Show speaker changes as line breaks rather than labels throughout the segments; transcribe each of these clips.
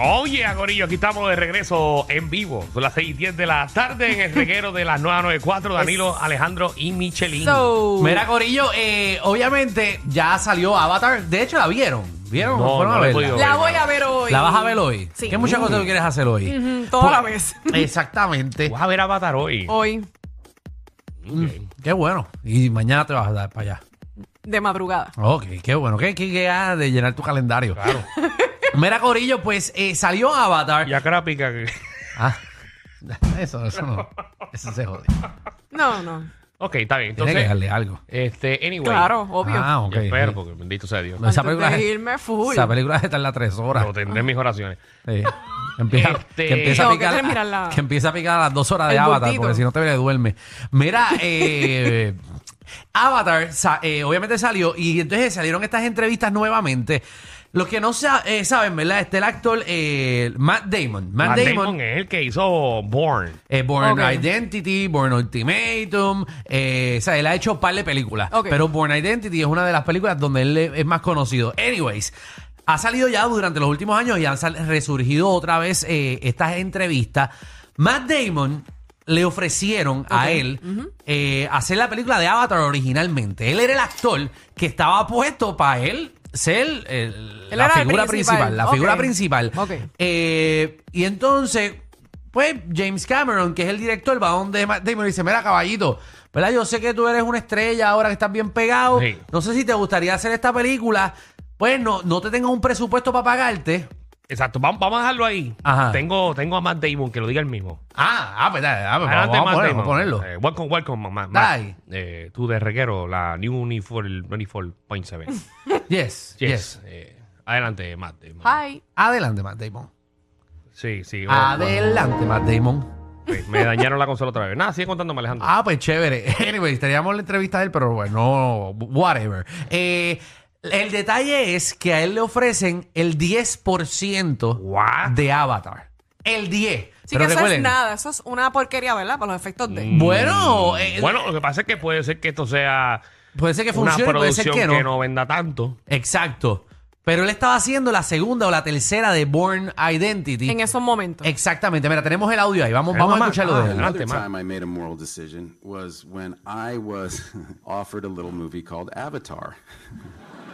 Oh yeah, Corillo, aquí estamos de regreso en vivo. Son las 6 y 10 de la tarde en el reguero de las 994. Danilo, Alejandro y Michelin.
So-
Mira, Corillo, eh, obviamente ya salió Avatar. De hecho, la vieron. ¿Vieron?
No,
Fueron
no
a
la he
verla.
podido
la voy a ver hoy.
La vas a ver hoy.
Sí.
¿Qué muchas cosas tú quieres hacer hoy? Pues,
Mm, Toda la vez.
Exactamente.
Vas a ver Avatar hoy.
Oh.
Hoy,
Qué bueno. Y mañana te vas a dar para allá.
de madrugada.
Ok, qué bueno. Qué, qué, qué ganas de llenar tu calendario.
Claro.
Mira, Corillo, pues eh, salió Avatar.
Y acá la pica que.
Ah, eso, eso no. Eso se jode.
No, no.
Ok, está bien.
Tiene que
Entonces,
darle algo.
este, anyway.
Claro, obvio.
Ah,
Yo
ok.
espero, porque bendito sea Dios.
esa
Antes
película
de
es-
irme full.
Esa película está en las tres horas.
Lo tendré en mis oraciones.
Sí. Empieza,
Este-
que, empieza a
Tengo que
picar,
terminarla.
que empieza a picar a las dos horas de
El
Avatar,
bultito.
porque si no te le duerme. Mira, eh, Avatar sa- eh, obviamente salió y entonces salieron estas entrevistas nuevamente. Los que no sa- eh, saben, ¿verdad? Está el actor eh, Matt Damon. Matt,
Matt
Damon,
Damon es el que hizo Born.
eh, Born
Ok.
Identity, Born Ultimatum, eh, o sea, él ha hecho un par de películas,
Ok.
pero Born Identity es una de las películas donde él es más conocido. Anyways, ha salido ya durante los últimos años y han sal- resurgido otra vez eh, estas entrevistas. Matt Damon le ofrecieron a
Ok.
él eh, hacer la película de Avatar originalmente. Él era el actor que estaba puesto para él ser el-
Él
la
era el
figura
principal.
principal, la
Ok.
figura principal.
Ok.
Eh, y entonces, pues James Cameron, que es el director, va donde Matt Damon y dice, mira caballito, ¿verdad? Yo sé que tú eres una estrella ahora que estás bien pegado.
Sí.
No sé si te gustaría hacer esta película. Pues no, no te tengo un presupuesto para pagarte.
Exacto, vamos, vamos a dejarlo ahí.
Ajá.
Tengo, tengo a Matt Damon, que lo diga el mismo.
Ah, ah, pues, dale, ah, pues, vamos,
Adelante,
vamos a
Matt
ponerlo,
Damon.
vamos a ponerlo.
Eh, welcome, welcome, mamá.
Dai.
Eh, tú de reguero, la New Uniform 24.7.
Yes, yes.
Yes. Eh, adelante, Matt Damon.
Hi.
Adelante, Matt Damon.
Sí, sí. bueno,
Adelante, Matt Damon.
bueno, me dañaron la consola otra vez. Nada, sigue contándome, Alejandro.
Ah, pues chévere. Anyway, teníamos la entrevista de él, pero bueno, whatever. Eh, el detalle es que a él le ofrecen el 10%
What?
de Avatar. El 10.
Sí,
Pero
que eso
Mm.
es
recuerden,
nada. Eso es una porquería, ¿verdad? Para los efectos de.
Bueno, eh,
Mm, Bueno, lo que pasa es que puede ser que esto sea
puede ser que
una
funcione, puede ser
producción
que no.
venda tanto.
Exacto. Pero él estaba haciendo la segunda o la tercera de Born Identity.
En esos momentos.
Exactamente. Mira, tenemos el audio ahí. Vamos,
Eh,
vamos a
mamá,
escucharlo
ah,
de él.
adelante.
Another
Matt.
time I made a moral decision was when I was offered a little movie called Avatar.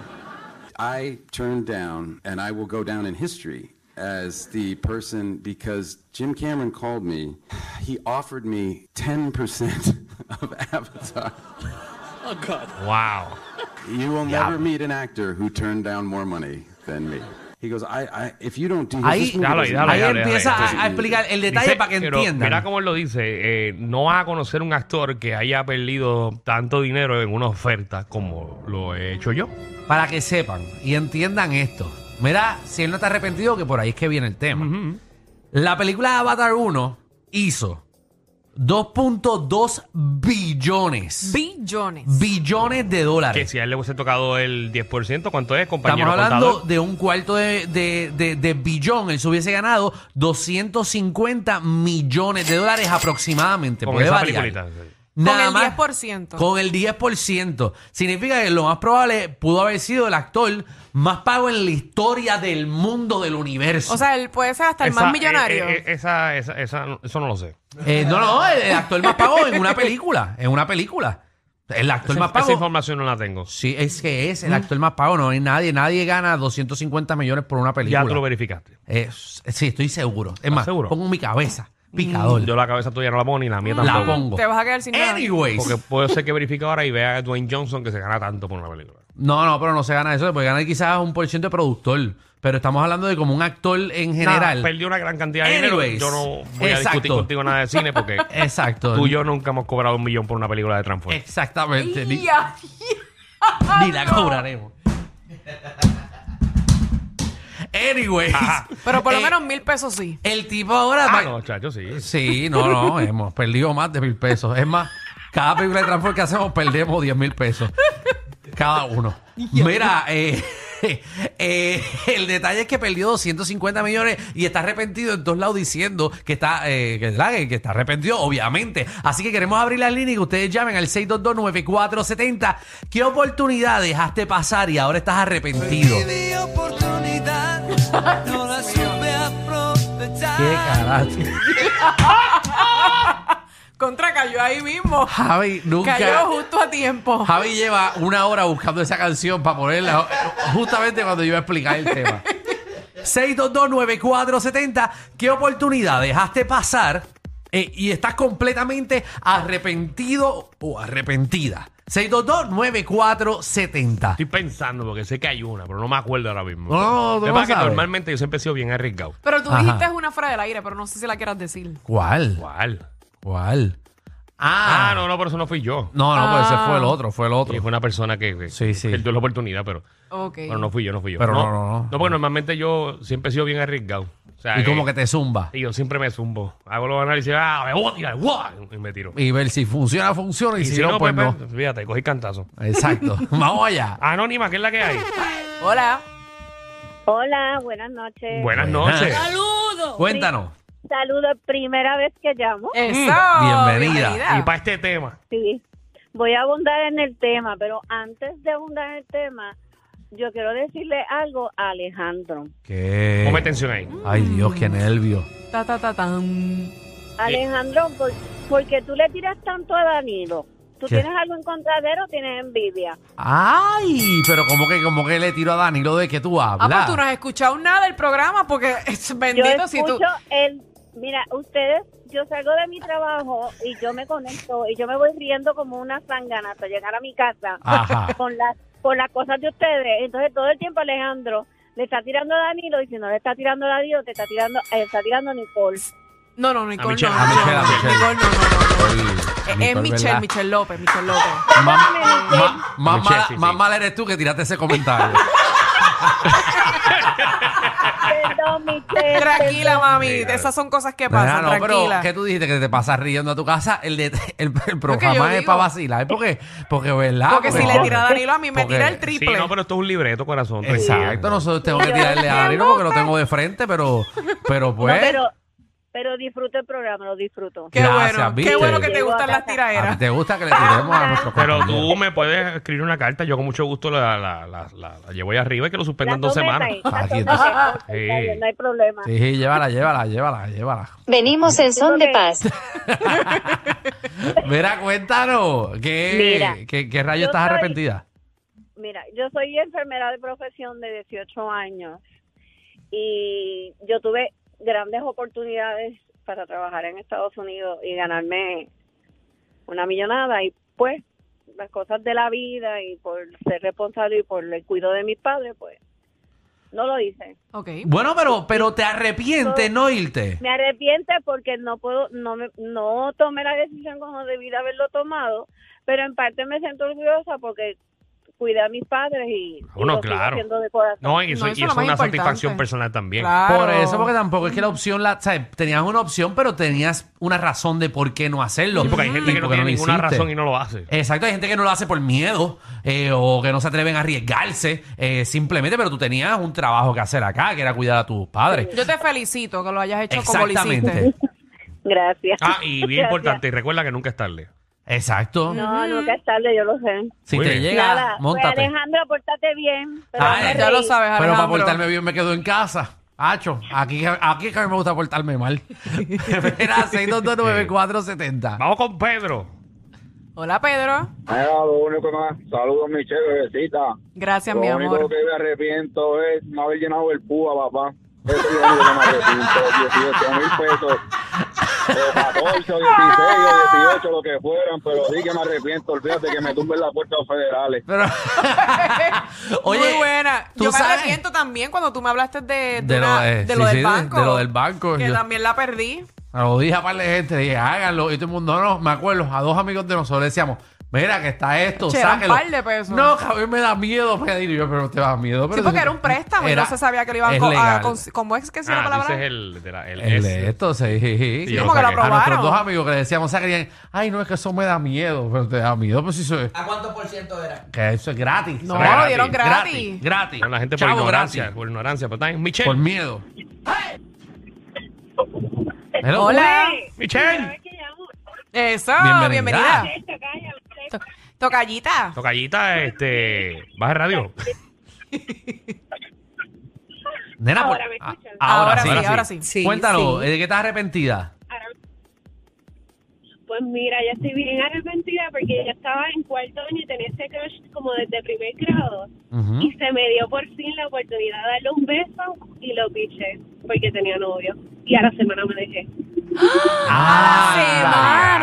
I turned down, and I will go down in history as the person because Jim Cameron called me. He offered me 10% of Avatar.
Wow.
You will never meet an actor who turned down more money than me. He goes, I, I if you don't do
Ahí-
this, movie
Dale,
doesn't-
dale,
Ahí
dale,
empieza
dale.
a- a, explicar el detalle
Dice,
para que
pero
entiendan.
Mira cómo él lo dice. eh, no vas a conocer un actor que haya perdido tanto dinero en una oferta como lo he hecho yo.
para que sepan y entiendan esto. Mira, si él no está arrepentido, que por ahí es que viene el tema. La película Avatar 1 hizo 2.2 billones.
Billones.
billones de
Que
dólares.
si a él le hubiese tocado el 10%, ¿cuánto es, compañero
Estamos hablando
contador?
de un cuarto de, de- de- de billón. Él se hubiese ganado 250 millones de dólares aproximadamente.
Con
Puede
esa
variar.
peliculita.
Nada
el
más-
10%.
Con el 10%. Significa que lo más probable pudo haber sido el actor más pago en la historia del mundo del universo.
O sea, él puede ser hasta el
Esa-
más millonario.
eh, eh, esa, esa, esa- eso no lo sé.
Eh, no, no, el, el actor más pago en una película. En una película. El actor más
Esa, esa
pago.
información no la tengo.
Sí, es que es el actor más pago. No hay nadie. Nadie gana 250 millones por una película.
Ya tú lo verificaste.
Eh, sí, estoy seguro. Es más,
seguro? Mm,
pongo mi cabeza. Picador.
Yo la cabeza tuya no la pongo ni la mía
la
tampoco.
pongo.
Te vas a quedar sin nada.
Anyways.
Porque puede ser que verifique ahora y vea a Dwayne Johnson que se gana tanto por una película.
No, no, pero no se gana eso. Se puede ganar quizás un por ciento de productor. Pero estamos hablando de como un actor en general.
Nada, perdió una gran cantidad de dinero.
Anyways.
Yo no voy a
Exacto.
discutir contigo nada de cine porque
Exacto.
tú y yo nunca hemos cobrado un millón por una película de Transformers.
Exactamente. Ni,
Ya.
ni la cobraremos. Anyways.
Pero por lo
eh,
menos mil pesos sí.
El tipo ahora. pues,
Ah,
va-
no, chacho, sí.
Sí, no, no. hemos perdido más de mil pesos. Es más, cada película de Transformers que hacemos perdemos diez mil pesos. Cada uno. Mira, eh, eh, el detalle es que perdió 250 millones y está arrepentido en todos lados diciendo que está, eh, que, ¿verdad? que, que está arrepentido, obviamente. Así que queremos abrir la línea y que ustedes llamen al 622-9470. ¿Qué oportunidad dejaste pasar y ahora estás arrepentido?
Perdí mi oportunidad, no la supe
carajo.
Contra cayó ahí mismo.
Javi nunca.
Cayó justo a tiempo.
Javi lleva una hora buscando esa canción para ponerla justamente cuando yo iba a explicar el tema. 6229470, ¿qué oportunidad dejaste pasar eh, y estás completamente arrepentido o arrepentida? 6229470.
Estoy pensando porque sé que hay una, pero no me acuerdo ahora mismo.
No,
Lo
tú
que
no
pasa es que
sabes.
normalmente yo siempre he sido bien arriesgado.
Pero tú
Ajá.
dijiste una fuera del aire, pero no sé si la quieras decir.
¿Cuál?
¿Cuál?
¿Cuál?
Ah,
Ah, no.
no, no, pero eso no fui yo.
No, no, pues ese fue el otro, fue el
Sí,
otro.
fue una persona que, que
Sí, sí.
perdió la oportunidad, pero,
Ok.
pero no fui yo, no fui yo.
Pero no, no, no.
No, porque normalmente yo siempre he sido bien arriesgado. O sea,
Y
eh,
como que te zumba.
y yo siempre me zumbo. Hago los análisis, ah, me voy a tirar, ¡guau! y me tiro.
Y ver si funciona, funciona. Y, si, no, pues no.
Fíjate, cogí cantazo.
Exacto. Vamos allá.
Anónima, ¿qué es la que hay?
Hola.
Hola, buenas noches.
Buenas
Buenas.
noches.
Cuéntanos.
Saludos, primera vez que llamo.
Eso.
Mm. bienvenida.
Y para este tema.
Sí, voy a abundar en el tema, pero antes de abundar en el tema, yo quiero decirle algo a Alejandro.
¿Qué?
Ponme atención ahí.
Ay, Dios,
Mm.
qué nervio.
Ta, ta, ta, tan.
Alejandro, ¿por, por qué tú le tiras tanto a Danilo? ¿Tú
¿Qué?
tienes algo en contra de él o tienes envidia?
Ay, pero como que, como que le tiro a Danilo de que tú
Ah, pues
hablas.
tú no has escuchado nada del programa porque es
Yo
bendito si
escucho
tú.
el... Mira, ustedes, yo salgo de mi trabajo y yo me conecto y yo me voy riendo como una sangana hasta llegar a mi casa.
Ah.
Ajá.
con las con las cosas de ustedes. Entonces todo el tiempo Alejandro le está tirando a Danilo y si no le está tirando a Danilo, te está tirando, eh, está tirando a Nicole.
No, no, Nicole,
Michelle,
no.
a
no,
Michelle, a
no,
Michelle.
Nicole, no, no, no, no. Es- Es Michelle,
¿verdad?
Michelle López, Michelle López.
Más- más- Más
Michelle,
mala-
sí,
más
sí.
mala eres tú que tiraste ese comentario.
Perdón, Michelle.
Tranquila,
perdón.
mami. Esas son cosas que pasan.
Mira, no,
tranquila.
pero ¿qué tú dijiste? Que te pasas riendo a tu casa. El, de- el, el
yo
programa es
digo.
para vacilar. ¿Por qué? Porque, ¿verdad?
porque si le
no.
tira a Danilo, a mí me
Porque-
tira el
Sí,
triple.
no, pero esto es un libreto, corazón. tranquila.
Exacto, nosotros tengo que tirarle a Danilo porque lo tengo de frente, pero, pero
No,
pues.
pero, pero disfruto el programa, lo disfruto.
Qué
Gracias,
bueno.
¿viste?
Qué bueno que te
Llegó
gustan
a
las
casa.
¿a ti
tiraderas.
te gusta que le tiremos a nuestro
Pero
compañero?
tú me puedes escribir una carta, yo con mucho gusto la, la, la, la- la llevo ahí arriba y que lo suspendan
La
Pues dos
someta
semanas.
ahí, la
Ah, sí,
someta ahí,
entonces-
está bien,
Sí.
no hay problema.
Sí, llévala, llévala, llévala, llévala.
Venimos en son de paz.
Mira, cuéntanos, ¿qué,
Mira,
qué, qué rayo
yo
estás
soy-
arrepentida?
Mira, yo soy enfermera de profesión de 18 años y yo tuve grandes oportunidades para trabajar en Estados Unidos y ganarme una millonada y pues las cosas de la vida y por ser responsable y por el cuidado de mis padres, pues no lo hice.
Ok.
Bueno, pero, pero te arrepientes no irte.
Me arrepiento porque no puedo, no, me- no tomé la decisión como debí de haberlo tomado, pero en parte me siento orgullosa porque cuidé a mis padres y, y
Ah, Bueno,
lo sigo
claro.
haciendo de corazón.
No, y eso,
No, eso
y
es
eso
lo
es una
más importante.
satisfacción personal también.
Claro.
Por eso, porque tampoco es que la opción, la, o sea, tenías una opción, pero tenías una razón de por qué no hacerlo.
Sí, porque hay gente
Y
que no
por qué
tiene
lo
ninguna
hiciste.
razón y no lo hace.
Exacto, hay gente que no lo hace por miedo eh, o que no se atreven a arriesgarse eh, simplemente, pero tú tenías un trabajo que hacer acá, que era cuidar a tus padres.
Yo te felicito que lo hayas hecho como lo hiciste.
Exactamente.
Gracias.
Ah, y bien
Gracias.
importante, y recuerda que nunca es tarde.
Exacto.
No, nunca es tarde, yo lo sé.
Si
Muy
te
bien.
llega,
Nada, pues
montate.
Alejandra, pórtate bien. pero
Ah,
no me
Ya lo
reí.
sabes,
Pero para
Alejandro.
portarme bien me quedo en casa. Hacho, aquí, aquí es que a mí me gusta portarme mal. Era 6229470.
Vamos con Pedro.
Hola, Pedro.
Mira, lo único que me... Saludos, Michelle, bebecita.
Gracias,
lo
mi
único
amor.
que me arrepiento es no haber llenado el púa, papá. Eso es lo único que me arrepiento. 18 mil pesos. O 14, o 16, o 18, lo que fueran. Pero sí que me arrepiento. Olvídate que me tumben las puertas federales.
Pero, Oye,
Muy buena.
tú
Yo me
sabes-
arrepiento también cuando tú me hablaste de, de
De lo
una-
de-
de
sí,
lo
sí,
del
de-
banco.
de lo del banco,
Que
yo-
también la perdí.
lo dije a par de gente, dije, háganlo. Y todo el mundo, no, no, me acuerdo, a dos amigos de nosotros le decíamos, mira que está esto,
Che, eran
sáquenlo.
par de pesos.
No, que a mí me da miedo pedir. Y yo, pero te da miedo. Pero
Sí, porque era un préstamo y no se sabía que lo iban
es
co- a...
legal.
cons- ¿Cómo es que se llama la
Ah,
palabra?
ese es el de la- el
El
S.
de este. esto, sí, sí, sí.
Sí,
A
yo
como que lo
saqué.
aprobaron.
nuestros dos amigos que le decíamos, sacarían, ay, no, es que eso me da miedo, pero te da miedo, pues si eso es-
¿A cuánto por ciento era?
que eso es gratis.
No,
Eso es
lo dieron
gratis.
Gratis, gratis.
Bueno, la gente por
Chavo,
ignorancia,
gratis.
por ignorancia. Pero también, Michelle.
Por miedo. Hello.
Hola.
Eh,
Michelle.
Eso,
Bienvenida.
bienvenida.
este,
To- Tocallita.
Tocallita, este. Baja el radio.
Nena,
Ahora
por- ah,
me
a-
escuchan.
Ahora sí, ahora sí.
Sí,
Cuéntanos,
sí.
¿de qué estás arrepentida?
Pues mira, yo estoy bien arrepentida porque yo estaba en cuarto año y tenía ese crush como desde primer grado.
Ujú.
Y se me dio por fin la oportunidad de darle un beso y lo piché porque tenía novio. Y a la semana me dejé.
¡Ah,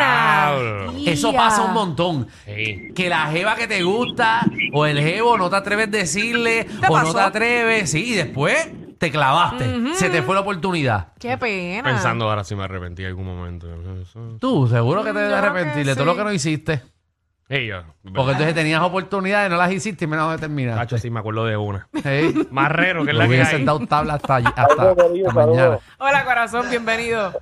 diablo.
semana!
Eso
Tía.
pasa un montón.
Sí.
Que la jeva que te gusta o el jevo no te atreves a decirle
¿Te
o no
pasó?
te atreves, sí, y después te clavaste. Se te fue la oportunidad.
Qué pena.
Pensando ahora si me arrepentí en algún momento.
Tú, seguro que te
Mm,
debes
yo creo
arrepentir
que
de todo lo
sí.
que no hiciste.
Hey, yo.
Porque entonces tenías oportunidades, no las hiciste y mira dónde
Cacho,
terminaste.
sí, me acuerdo de una.
Hey,
Marrero, que es
me
la que hay.
hubiesen dado tabla hasta, allí- hasta,
Saludos, Corillo,
hasta mañana.
saludos.
Hola, corazón, bienvenido.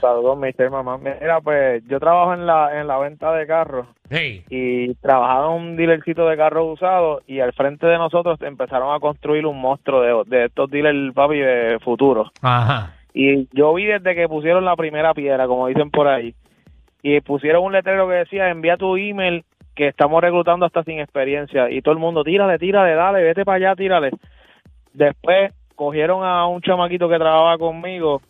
Saludos, Mr. Mamá. Mira, pues yo trabajo en la, en la venta de carros
Hey.
y trabajaba en un dealercito de carros usados y al frente de nosotros empezaron a construir un monstruo de, de estos dealers, papi, de futuro.
Ajá.
Y yo vi desde que pusieron la primera piedra, como dicen por ahí, y pusieron un letrero que decía, envía tu email que estamos reclutando hasta sin experiencia. Y todo el mundo, tírale, tírale, dale, vete para allá, tírale. Después cogieron a un chamaquito que trabajaba conmigo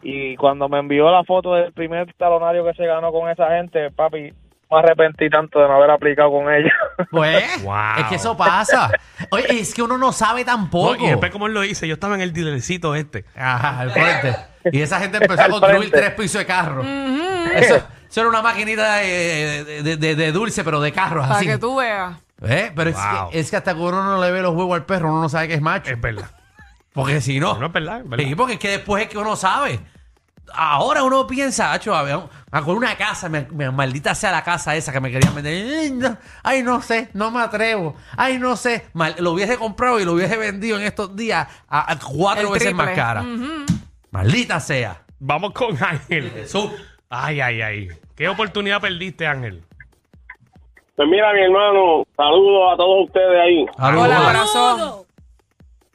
y cuando me envió la foto del primer talonario que se ganó con esa gente, papi, me arrepentí tanto de no haber aplicado con ella.
Pues,
Wow.
es que eso pasa. Oye, es que uno no sabe tampoco.
No, y después, como él lo dice, yo estaba en el dealercito este.
Ajá, al frente. Y esa gente empezó a
Al
construir
frente.
tres pisos de carro. eso, eso era una maquinita de, de- de- de dulce, pero de carros
Para
así.
que tú veas.
¿Eh? Pero es,
Wow.
que, es que hasta que uno no le ve los huevos al perro, uno no sabe que es macho.
Es verdad.
Porque si no.
No es verdad, es verdad.
Sí, porque es que después es que uno sabe. Ahora uno piensa, acho, a ver, me acuerdo una casa, me, me- maldita sea la casa esa que me querían vender. Ay, no, ay, no sé, no me atrevo. Ay, no sé. Mal- lo hubiese comprado y lo hubiese vendido en estos días a, a cuatro
El
veces más
triple.
cara. Maldita sea.
Vamos con Ángel. Ay, ay, ay. ¿Qué oportunidad perdiste, Ángel?
Pues mira, mi hermano, saludos a todos ustedes ahí.
Hola,
Saludos.
corazón.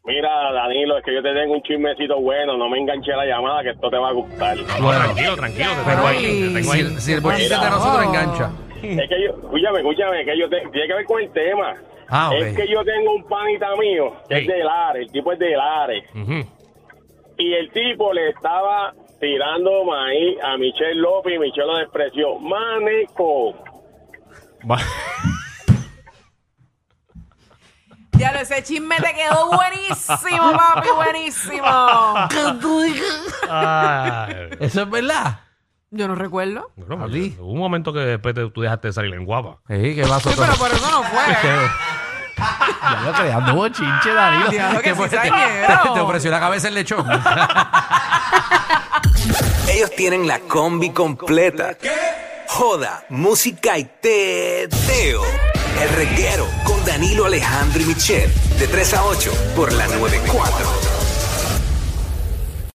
Mira, Danilo, es que yo te tengo un chismecito bueno, no me enganché a la llamada, que esto te va a gustar.
Bueno.
tranquilo, tranquilo. Te
Pero
tengo
Ay.
ahí. Te tengo ahí.
si, si el bolsillo de
Mira.
nosotros engancha.
Es que yo, escúchame, escúchame, que yo te- tiene que ver con el tema.
Ah,
Es
ok.
que yo tengo un panita mío, que
Sí.
es de Lares, el tipo es de Lares.
Ujú.
Y el tipo le estaba tirando maíz a Michelle López y Michelle lo despreció. Maneco.
Va-
Ya lo ese chisme te quedó buenísimo, papi, buenísimo.
Ay.
Eso es verdad.
Yo no recuerdo.
Bueno, pues,
Ali.
hubo un momento que después te- tú dejaste de salir en guapa.
Sí, qué vaso.
Sí, pero por eso no fue.
Ya lo creando bochinche, Danilo.
Diablo, que
Te
sí
fue- te,
sañero.
te ofreció la cabeza el lechón.
Ellos tienen la combi completa. Joda, música y teo. El reguero con Danilo Alejandro y Michel. De 3 a 8 por la 94.